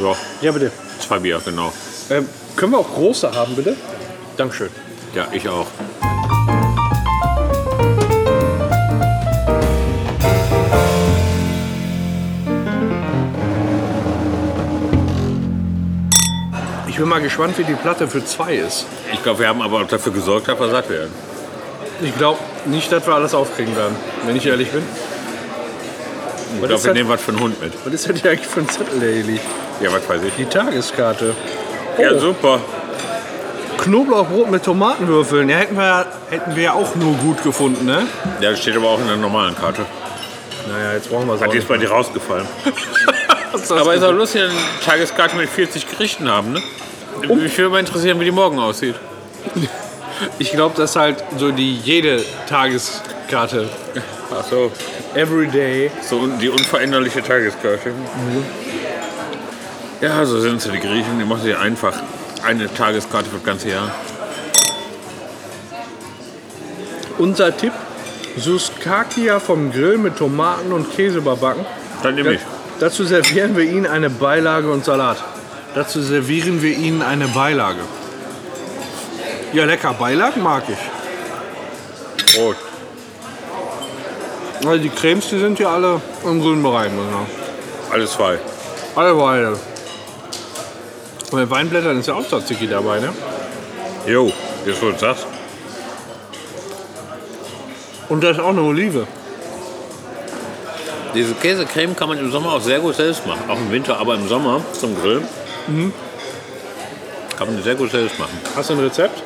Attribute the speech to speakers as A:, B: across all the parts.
A: Ja,
B: Ja, bitte.
A: zwei Bier, genau.
B: Ähm, können wir auch große haben, bitte? Dankeschön.
A: Ja, ich auch.
B: Ich bin mal gespannt, wie die Platte für zwei ist.
A: Ich glaube, wir haben aber dafür gesorgt, dass wir satt werden.
B: Ich glaube nicht, dass wir alles aufkriegen werden, wenn ich ehrlich bin.
A: Ich
B: Was
A: glaube,
B: ist
A: wir
B: das?
A: nehmen was für einen Hund mit.
B: Was ist denn hier eigentlich für ein Zettel, der hier liegt?
A: Ja, was weiß ich.
B: Die Tageskarte.
A: Ja,
B: Oh.
A: super.
B: Knoblauchbrot mit Tomatenwürfeln. Ja, hätten wir, hätten wir ja auch nur gut gefunden, ne?
A: Ja, das steht aber auch in der normalen Karte.
B: Naja, jetzt brauchen wir es
A: Hat die ist bei dir rausgefallen. Aber ist auch lustig, dass wir eine Tageskarte mit 40 Gerichten haben, ne? Mich würde mal interessieren, wie die morgen aussieht.
B: Ich glaube, das ist halt so die jede Tageskarte.
A: Ach so.
B: Everyday.
A: So die unveränderliche Tageskarte. Ja, so sind sie, die Griechen. Die machen sich einfach eine Tageskarte für das ganze Jahr.
B: Unser Tipp: Suskakia vom Grill mit Tomaten und Käse überbacken.
A: Dann nehme ich.
B: Dazu servieren wir Ihnen eine Beilage und Salat. Dazu servieren wir Ihnen eine Beilage. Ja, lecker. Beilagen mag ich.
A: Brot.
B: Also die Cremes, die sind ja alle im grünen Bereich, muss ich sagen.
A: Alles frei.
B: Alle beide. Und bei Weinblättern ist ja auch Tzatziki dabei, ne?
A: Jo, jetzt wo du sagst.
B: Und da ist auch eine Olive.
A: Diese Käsecreme kann man im Sommer auch sehr gut selbst machen. Auch im Winter, aber im Sommer zum Grillen. Kann man sehr gut selbst machen.
B: Hast du ein Rezept?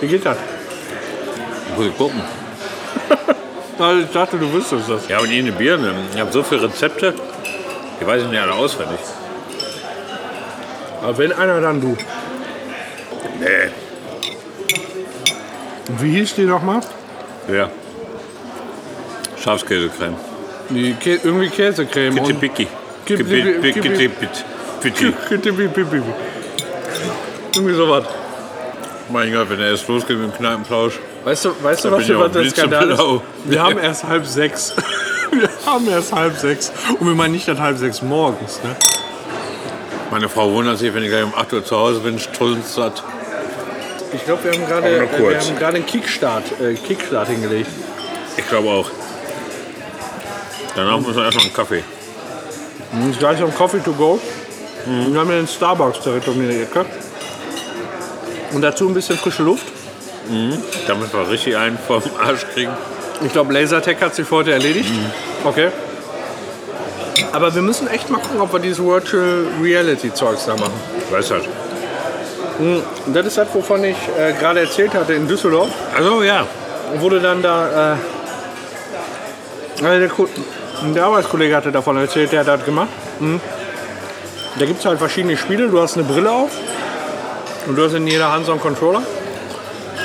B: Wie geht das?
A: Muss ich gucken.
B: Also ich dachte, du wüsstest das.
A: Ja, und eine Birne. Ich habe so viele Rezepte, die weiß ich nicht alle auswendig.
B: Aber wenn einer, dann du.
A: Nee.
B: Wie hieß die nochmal?
A: Ja. Schafskäsecreme.
B: Die Kä irgendwie Käsecreme. und-
A: Kittipiki.
B: Kipp-
A: Kippit-
B: Kipp-
A: Kittipit- Pitti.
B: Kittipipipipi. Irgendwie sowas.
A: Mein Gott, wenn er jetzt losgeht mit dem Kneipenplausch.
B: Weißt du, weißt du
A: Da
B: was
A: bin ich
B: für was
A: auch
B: der Skandal ist?
A: blitzeblau.
B: Wir haben erst halb sechs. Wir haben erst halb sechs. Und wir meinen nicht dann halb sechs morgens, ne?
A: Meine Frau wundert sich, wenn ich gleich um 8 Uhr zu Hause bin, strunzsatt.
B: Ich glaube, wir haben
A: Aber
B: gerade
A: nur
B: äh, wir
A: kurz.
B: haben gerade einen Kickstart, äh, Kickstart hingelegt.
A: Ich glaube auch. Danach muss man erstmal einen Kaffee.
B: Und gleich am Coffee to go. Und wir haben ja den Starbucks direkt um die Ecke. Und dazu ein bisschen frische Luft.
A: Damit wir richtig einen vom Arsch kriegen.
B: Ich glaube, Lasertech hat sich für heute erledigt. Mhm. Okay. Aber wir müssen echt mal gucken, ob wir dieses Virtual Reality Zeugs da machen.
A: Weißt du
B: Und das ist das, wovon ich äh, gerade erzählt hatte in Düsseldorf.
A: Also ja.
B: Wurde dann da. Äh, also der, Ko- der Arbeitskollege hatte davon erzählt, der hat das gemacht. Mhm. Da gibt es halt verschiedene Spiele. Du hast eine Brille auf und du hast in jeder Hand so einen Controller.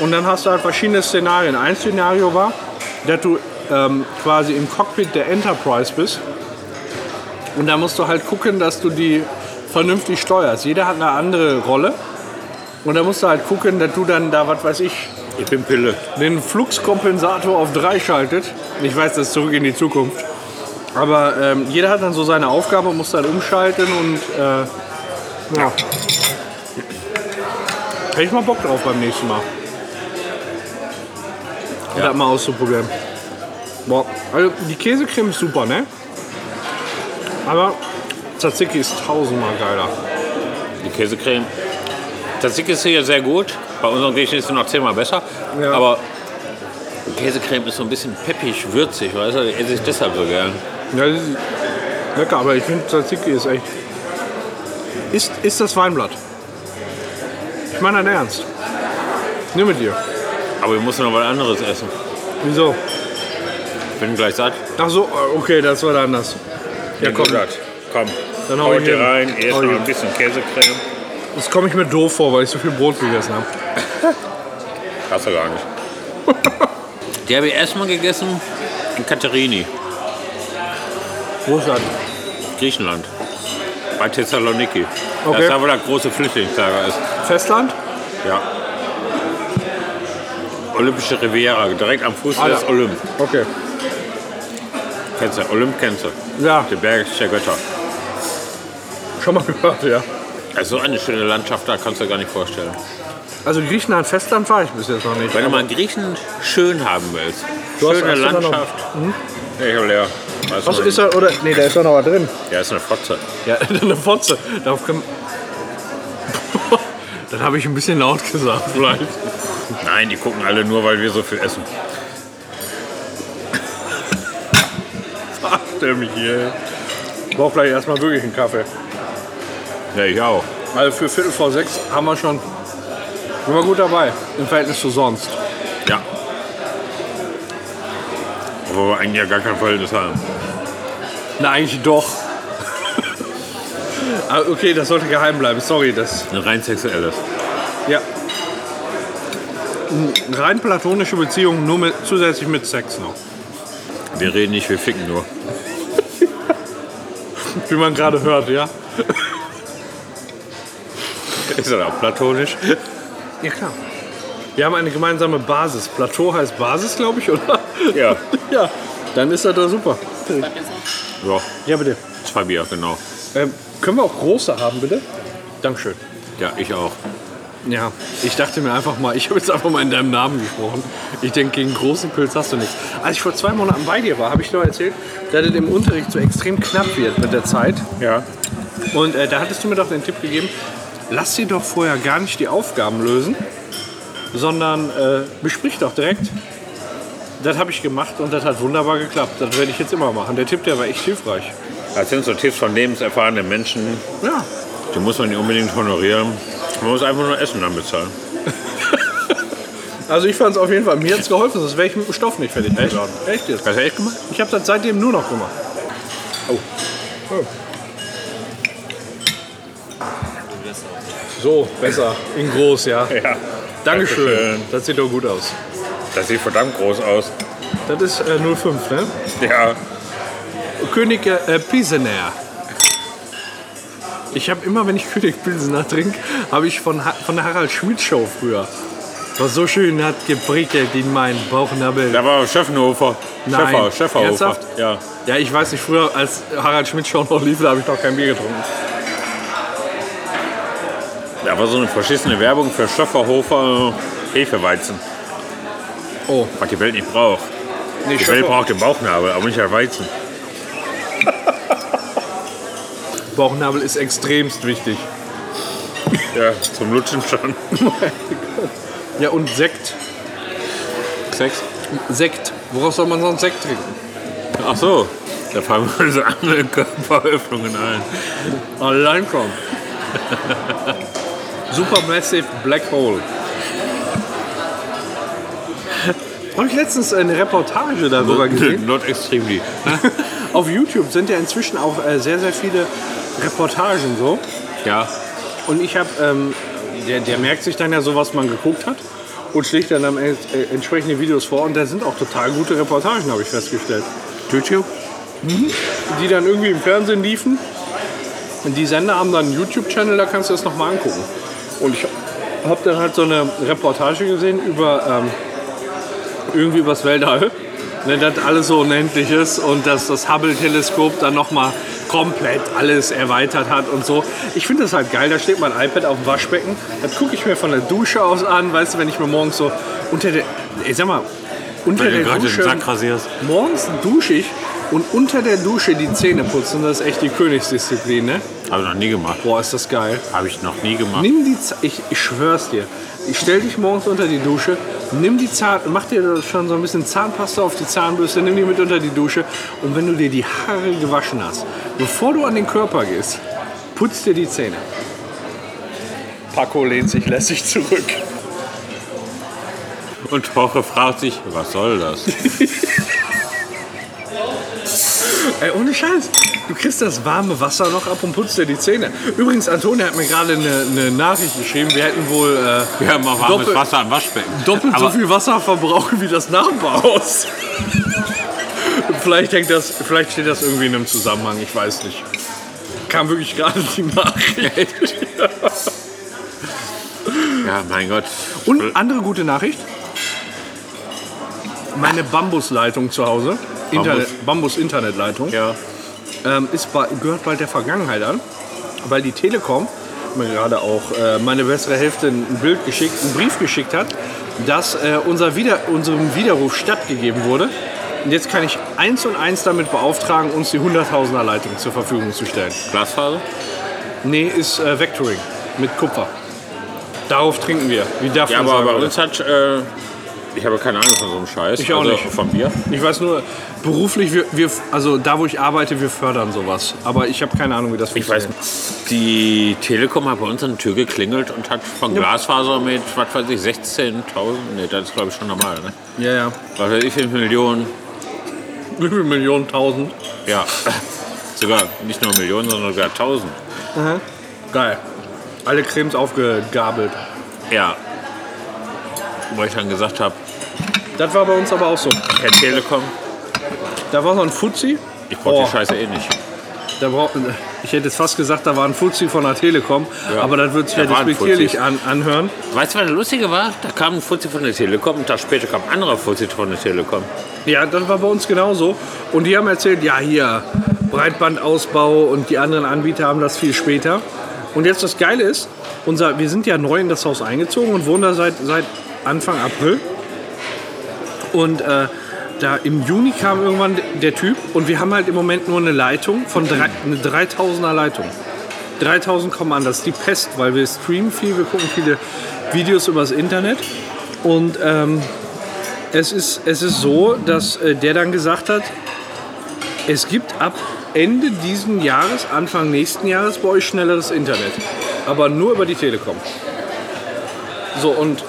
B: Und dann hast du halt verschiedene Szenarien. Ein Szenario war, dass du ähm, quasi im Cockpit der Enterprise bist. Und da musst du halt gucken, dass du die vernünftig steuerst. Jeder hat eine andere Rolle. Und da musst du halt gucken, dass du dann da, was weiß ich,
A: Ich bin Pille.
B: den Fluxkompensator auf 3 schaltet. Ich weiß, das ist zurück in die Zukunft. Aber ähm, jeder hat dann so seine Aufgabe, und muss dann umschalten und äh, ja. Hätte ich mal Bock drauf beim nächsten Mal.
A: Ja.
B: Das mal auszuprobieren. Boah, also die Käsecreme ist super, ne? Aber Tzatziki ist tausendmal geiler.
A: Die Käsecreme. Tzatziki ist hier sehr gut. Bei unseren Griechen ist sie noch zehnmal besser.
B: Ja.
A: Aber die Käsecreme ist so ein bisschen peppig, würzig, weißt du? Die esse ich deshalb so gern.
B: Ja, das ist lecker, aber ich finde Tzatziki ist echt. Ist, ist das Weinblatt? Ich meine das ernst. Nimm mit dir.
A: Aber wir müssen noch was anderes essen.
B: Wieso?
A: Ich bin gleich satt.
B: Ach so, okay, das war dann anders. Ja, komm.
A: Komm.
B: Dann hau
A: Hau
B: ich
A: dir
B: hin.
A: rein. eh Erst
B: Hau
A: noch
B: ich
A: ein bisschen Käsecreme.
B: Jetzt komme ich mir doof vor, weil ich so viel Brot gegessen habe.
A: Hast du gar nicht. Die habe ich erstmal gegessen in Katerini,
B: Wo ist das?
A: Griechenland. Bei Thessaloniki. Das
B: Okay.
A: ist da, wo der große Flüchtlingslager ist.
B: Festland?
A: Ja. Olympische Riviera, direkt am Fuß
B: Ah,
A: des
B: ja.
A: Olymp.
B: Okay.
A: Kennst du? Olymp kennst du.
B: Ja.
A: Der Berg der Götter.
B: Schon mal gehört, ja.
A: Also so eine schöne Landschaft, da kannst du dir gar nicht vorstellen.
B: Also Griechenland Festland war ich bis jetzt noch nicht.
A: Wenn du mal Griechen schön haben willst,
B: Du hast
A: schöne
B: alles übernommen.
A: Landschaft. Nee, ich hab leer. Da ist,
B: Hm? Was
A: noch-
B: ist da, oder? Nee, da ist doch noch was drin.
A: Ja, ist eine Fotze.
B: Ja, eine Fotze. Darauf können. Dann habe ich ein bisschen laut gesagt, vielleicht.
A: Nein, die gucken alle nur, weil wir so viel essen.
B: Stell mich hier. Brauch vielleicht erstmal wirklich einen Kaffee.
A: Ja, ich auch.
B: Also für Viertel vor sechs haben wir schon. Sind wir gut dabei im Verhältnis zu sonst.
A: Ja. Obwohl wir eigentlich ja gar kein Verhältnis haben.
B: Na, eigentlich doch. Ah, okay, das sollte geheim bleiben. Sorry, das.
A: Ein rein sexuelles.
B: Ja. Eine Rein platonische Beziehung, nur mit, zusätzlich mit Sex noch.
A: Wir reden nicht, wir ficken nur.
B: Wie man gerade hört, ja?
A: Ist das auch platonisch?
B: Ja, klar. Wir haben eine gemeinsame Basis. Plateau heißt Basis, glaube ich, oder?
A: Ja.
B: ja, dann ist das da super.
A: Ja,
B: Ja, bitte.
A: zwei Bier, genau.
B: Ähm, können wir auch große haben, bitte? Dankeschön.
A: Ja, ich auch.
B: Ja, ich dachte mir einfach mal, ich habe jetzt einfach mal in deinem Namen gesprochen. Ich denke, gegen großen Pilz hast du nichts. Als ich vor zwei Monaten bei dir war, habe ich dir erzählt, dass es im Unterricht so extrem knapp wird mit der Zeit.
A: Ja.
B: Und äh, da hattest du mir doch den Tipp gegeben, lass dir doch vorher gar nicht die Aufgaben lösen, sondern äh, besprich doch direkt. Das habe ich gemacht und das hat wunderbar geklappt. Das werde ich jetzt immer machen. Der Tipp, der war echt hilfreich.
A: Das sind so Tipps von lebenserfahrenen Menschen.
B: Ja.
A: Die muss man nicht unbedingt honorieren. Man muss einfach nur Essen dann bezahlen.
B: Also ich fand es auf jeden Fall, mir hat es geholfen, sonst wäre ich mit dem Stoff nicht fertig geworden. Echt jetzt?
A: Hast du echt gemacht?
B: Ich habe das seitdem nur noch gemacht.
A: Oh.
B: So, besser. In groß, ja.
A: Ja.
B: Dankeschön.
A: Dankeschön.
B: Das sieht doch gut aus.
A: Das sieht verdammt groß aus.
B: Das ist äh, 05, ne?
A: Ja.
B: König äh, Pilsener. Ich habe immer, wenn ich König Pilsener trinke, habe ich von, ha von der Harald Schmidt Show früher. War so schön, hat geprickelt in meinen Bauchnabel.
A: Da war Schöffenhofer.
B: Nein.
A: Schäffer, Schäfferhofer.
B: Ernsthaft?
A: Ja.
B: Ja, ich weiß nicht, früher, als Harald Schmidt Show noch lief, da habe ich noch kein Bier getrunken.
A: Da war so eine verschissene Werbung für Schöfferhofer Hefeweizen,
B: Oh,
A: was die Welt nicht braucht.
B: nee,
A: Die Welt braucht den Bauchnabel, aber nicht das Weizen.
B: Bauchnabel ist extremst wichtig.
A: Ja, zum Lutschen schon.
B: Ja, und Sekt.
A: Sex?
B: Sekt. Woraus soll man sonst Sekt trinken?
A: Ach so. Da fallen mir so andere Körperöffnungen ein.
B: Allein schon. Supermassive Black Hole. Habe ich letztens eine Reportage darüber gesehen.
A: Not extremely.
B: Auf YouTube sind ja inzwischen auch äh, sehr, sehr viele Reportagen so.
A: Ja.
B: Und ich habe, ähm, der, der merkt sich dann ja so, was man geguckt hat und schlägt dann am Ende äh, entsprechende Videos vor. Und da sind auch total gute Reportagen, habe ich festgestellt.
A: YouTube?
B: die dann irgendwie im Fernsehen liefen. Und die Sender haben dann einen YouTube-Channel, da kannst du das nochmal angucken. Und ich habe dann halt so eine Reportage gesehen über ähm, irgendwie übers Weltall. Ne, dass alles so unendlich ist und dass das Hubble-Teleskop dann nochmal komplett alles erweitert hat und so. Ich finde das halt geil, da steht mein iPad auf dem Waschbecken, das gucke ich mir von der Dusche aus an, weißt du, wenn ich mir morgens so unter der, ich sag mal, unter
A: Wenn
B: der
A: du gerade
B: Dusche
A: den Sack rasierst.
B: Morgens dusche ich und unter der Dusche die Zähne putzen, das ist echt die Königsdisziplin, ne?
A: Habe ich noch nie gemacht.
B: Boah, ist das geil.
A: Habe ich noch nie gemacht.
B: Nimm die Z ich, ich schwör's dir. Ich stell dich morgens unter die Dusche, nimm die Zahn, mach dir da schon so ein bisschen Zahnpasta auf die Zahnbürste, nimm die mit unter die Dusche und wenn du dir die Haare gewaschen hast, bevor du an den Körper gehst, putz dir die Zähne. Paco lehnt sich lässig zurück.
A: Und Woche fragt sich, was soll das?
B: Ey, ohne Scheiß. Du kriegst das warme Wasser noch ab und putzt dir die Zähne. Übrigens, Antonia hat mir gerade eine, eine Nachricht geschrieben. Wir hätten wohl äh,
A: Wir haben mal warmes
B: Doppel-
A: Wasser am Waschbecken.
B: doppelt so
A: Aber
B: viel Wasser verbrauchen wie das Nachbarhaus. vielleicht, hängt das, vielleicht steht das irgendwie in einem Zusammenhang. Ich weiß nicht. Kam wirklich gerade die Nachricht.
A: Ja, mein Gott.
B: Und andere gute Nachricht. Meine Bambusleitung zu Hause, Internet, Bambus-Internetleitung,
A: Ja.
B: ähm, ist bei, gehört bald der Vergangenheit an. weil die Telekom mir gerade auch äh, meine bessere Hälfte ein Bild geschickt, einen Brief geschickt hat, dass äh, unser Wieder unserem Widerruf stattgegeben wurde. Und jetzt kann ich eins und eins damit beauftragen, uns die 100.000er Leitung zur Verfügung zu stellen.
A: Glasfaser?
B: Nee, ist äh, Vectoring mit Kupfer. Darauf trinken wir. Wie darf
A: Ja,
B: man
A: aber
B: sagen,
A: bei
B: oder?
A: uns hat. Äh, ich habe keine Ahnung von so einem Scheiß.
B: Ich auch
A: also
B: nicht.
A: Von Bier.
B: Ich weiß nur, beruflich, wir, wir, also da, wo ich arbeite, wir fördern sowas. Aber ich habe keine Ahnung, wie das
A: Ich weiß
B: funktioniert.
A: nicht. Die Telekom hat bei uns an die Tür geklingelt und hat von Glasfaser mit, was weiß ich, 16.000. Ne, das ist glaube ich schon normal, ne?
B: Ja, ja.
A: Was weiß ich, 5 Millionen.
B: Wie viele Millionen, tausend?
A: Ja. Sogar nicht nur Millionen, sondern sogar 1000.
B: Geil. Alle Cremes aufgegabelt.
A: Ja. Wo ich dann gesagt habe,
B: Das war bei uns aber auch so.
A: Herr Telekom,
B: Da war so ein Fuzzi.
A: ich brauche
B: Oh.
A: die Scheiße eh nicht.
B: Da brauch, ich hätte jetzt fast gesagt, da war ein Fuzzi von der Telekom.
A: Ja.
B: Aber das wird sich
A: Da
B: ja
A: waren
B: despektierlich
A: Fuzis.
B: an, anhören.
A: Weißt du, was das Lustige war? Da kam ein Fuzzi von der Telekom, einen Tag später kam ein anderer Fuzzi von der Telekom.
B: Ja, das war bei uns genauso. Und die haben erzählt, ja hier, Breitbandausbau und die anderen Anbieter haben das viel später. Und jetzt das Geile ist, unser, wir sind ja neu in das Haus eingezogen und wohnen da seit, seit Anfang April. Und äh, da im Juni kam irgendwann der Typ und wir haben halt im Moment nur eine Leitung von drei, eine 3000er Leitung. 3000 kommen an, das ist die Pest, weil wir streamen viel, wir gucken viele Videos übers Internet und ähm, es ist, es ist so, dass äh, der dann gesagt hat, es gibt ab Ende diesen Jahres, Anfang nächsten Jahres bei euch schnelleres Internet. Aber nur über die Telekom. So, und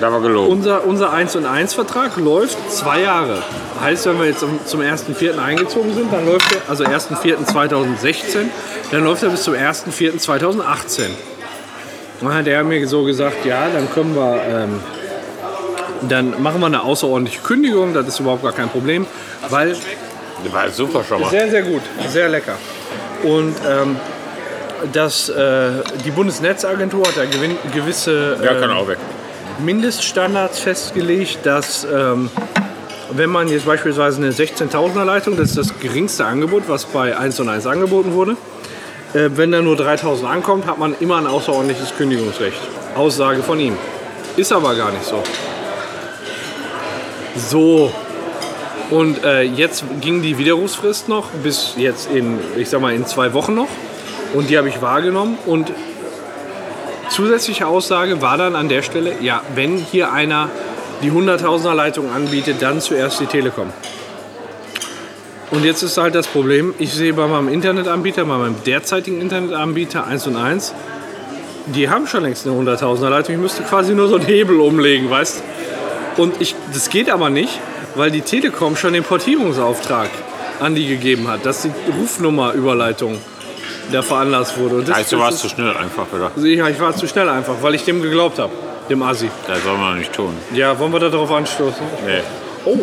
A: Da war gelogen.
B: unser, unser 1 und 1 Vertrag läuft zwei Jahre. Heißt, wenn wir jetzt am- zum 1.4. eingezogen sind, dann läuft er, also 1.4.2016, dann läuft er bis zum 1.4.2018. Dann hat er mir so gesagt, ja, dann können wir, ähm, dann machen wir eine außerordentliche Kündigung, das ist überhaupt gar kein Problem, weil
A: Das war super schon mal.
B: sehr, sehr gut. Sehr lecker. Und ähm, das, äh, die Bundesnetzagentur hat da gewin- gewisse
A: Ja,
B: ähm,
A: kann auch weg.
B: Mindeststandards festgelegt, dass ähm, wenn man jetzt beispielsweise eine 16.000er Leitung, das ist das geringste Angebot, was bei 1 und 1 angeboten wurde, äh, wenn da nur 3.000 ankommt, hat man immer ein außerordentliches Kündigungsrecht. Aussage von ihm. Ist aber gar nicht so. So. Und äh, jetzt ging die Widerrufsfrist noch bis jetzt in, ich sag mal, in zwei Wochen noch. Und die habe ich wahrgenommen und zusätzliche Aussage war dann an der Stelle, ja, wenn hier einer die 100.000er Leitung anbietet, dann zuerst die Telekom. Und jetzt ist halt das Problem, ich sehe bei meinem Internetanbieter, bei meinem derzeitigen Internetanbieter 1 und 1, die haben schon längst eine 100.000er Leitung, ich müsste quasi nur so einen Hebel umlegen, weißt Und ich, das geht aber nicht, weil die Telekom schon den Portierungsauftrag an die gegeben hat, dass die Rufnummerüberleitung da veranlasst wurde. Und das-
A: Heißt, du
B: das
A: warst
B: ist-
A: zu schnell einfach wieder.
B: also ich, ich war zu schnell einfach, weil ich dem geglaubt habe, dem Asi.
A: Das soll man nicht tun.
B: Ja, wollen wir da drauf anstoßen?
A: Nee.
B: Oh.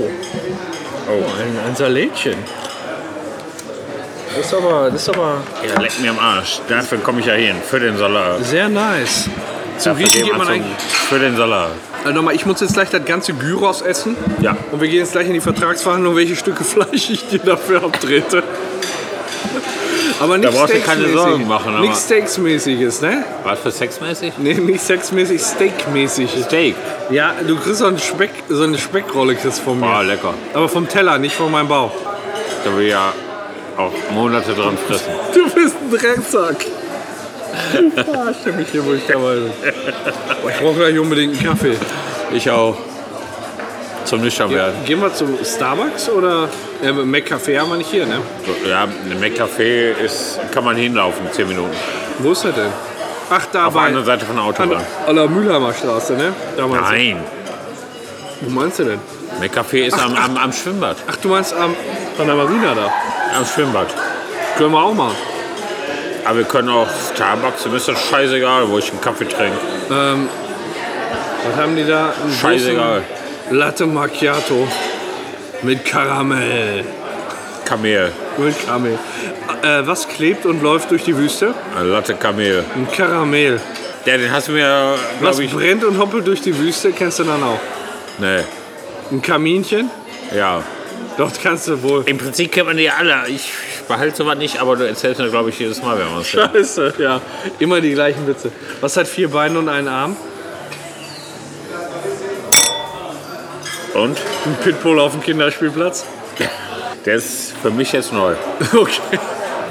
B: ein, ein Salätchen. Das ist, aber, das ist aber
A: Ja, leck mir am Arsch. Dafür komme ich ja hin. Für den Salat.
B: sehr nice. Zu
A: Dafür
B: Griechen
A: geht man zum-
B: eigentlich...
A: Für den Salat.
B: Also nochmal, ich muss jetzt gleich das ganze Gyros essen.
A: Ja.
B: Und wir gehen jetzt gleich in die Vertragsverhandlung, welche Stücke Fleisch ich dir dafür abtrete. Aber nichts
A: brauchst du keine
B: Steaks-mäßig.
A: Sorgen machen, aber-
B: Nichts Steaksmäßiges, ne?
A: Was für sexmäßig?
B: Nee, nicht sexmäßig, Steakmäßig.
A: Steak.
B: Ja, du kriegst so, einen Speck, so eine Speckrolle kriegst von mir.
A: Boah, Oh, lecker.
B: Aber vom Teller, nicht von meinem Bauch.
A: Da will ich ja auch Monate dran fressen.
B: Du bist ein Drecksack. Du verarschst mich hier wohl dabei bin. Boah, Ich brauche gleich unbedingt einen Kaffee.
A: Ich auch. Zum Nüchtern werden.
B: Gehen wir zum Starbucks oder äh, McCafé haben wir nicht hier, ne?
A: Ja, ein McCafé ist, kann man hinlaufen, 10 Minuten.
B: Wo ist er denn? Ach, da
A: Auf der anderen Seite von der Autobahn.
B: An, an der Mülheimer Straße, ne? Da meinst
A: Nein,
B: Du. Wo meinst du denn?
A: McCafé ist am, am, am Schwimmbad.
B: Ach, du meinst am, an der Marina da.
A: Am Schwimmbad.
B: Können wir auch mal.
A: Aber wir können auch Starbucks, mir ist das scheißegal, wo ich einen Kaffee trinke.
B: Ähm, was haben die da? Einen
A: Scheißegal.
B: großen Latte Macchiato mit Karamell.
A: Kamel,
B: Mit Karamell. Äh, was klebt und läuft durch die Wüste?
A: eine Latte Kamel.
B: Ein Karamell.
A: Ja, den hast du mir,
B: Was
A: glaube ich.
B: brennt und hoppelt durch die Wüste, kennst du dann auch.
A: Nee,
B: Ein Kaminchen?
A: ja.
B: Dort kannst du wohl.
A: Im Prinzip kennt man die alle. Ich behalte sowas nicht, aber du erzählst mir, glaube ich, jedes Mal, wenn wir uns sehen.
B: Scheiße, ja. Immer die gleichen Witze. Was hat vier Beine und einen Arm?
A: Und?
B: Ein Pitbull auf dem Kinderspielplatz.
A: Der ist für mich jetzt neu.
B: Okay.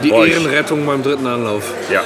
B: Die
A: Boah, ich-
B: Ehrenrettung beim dritten Anlauf.
A: Ja.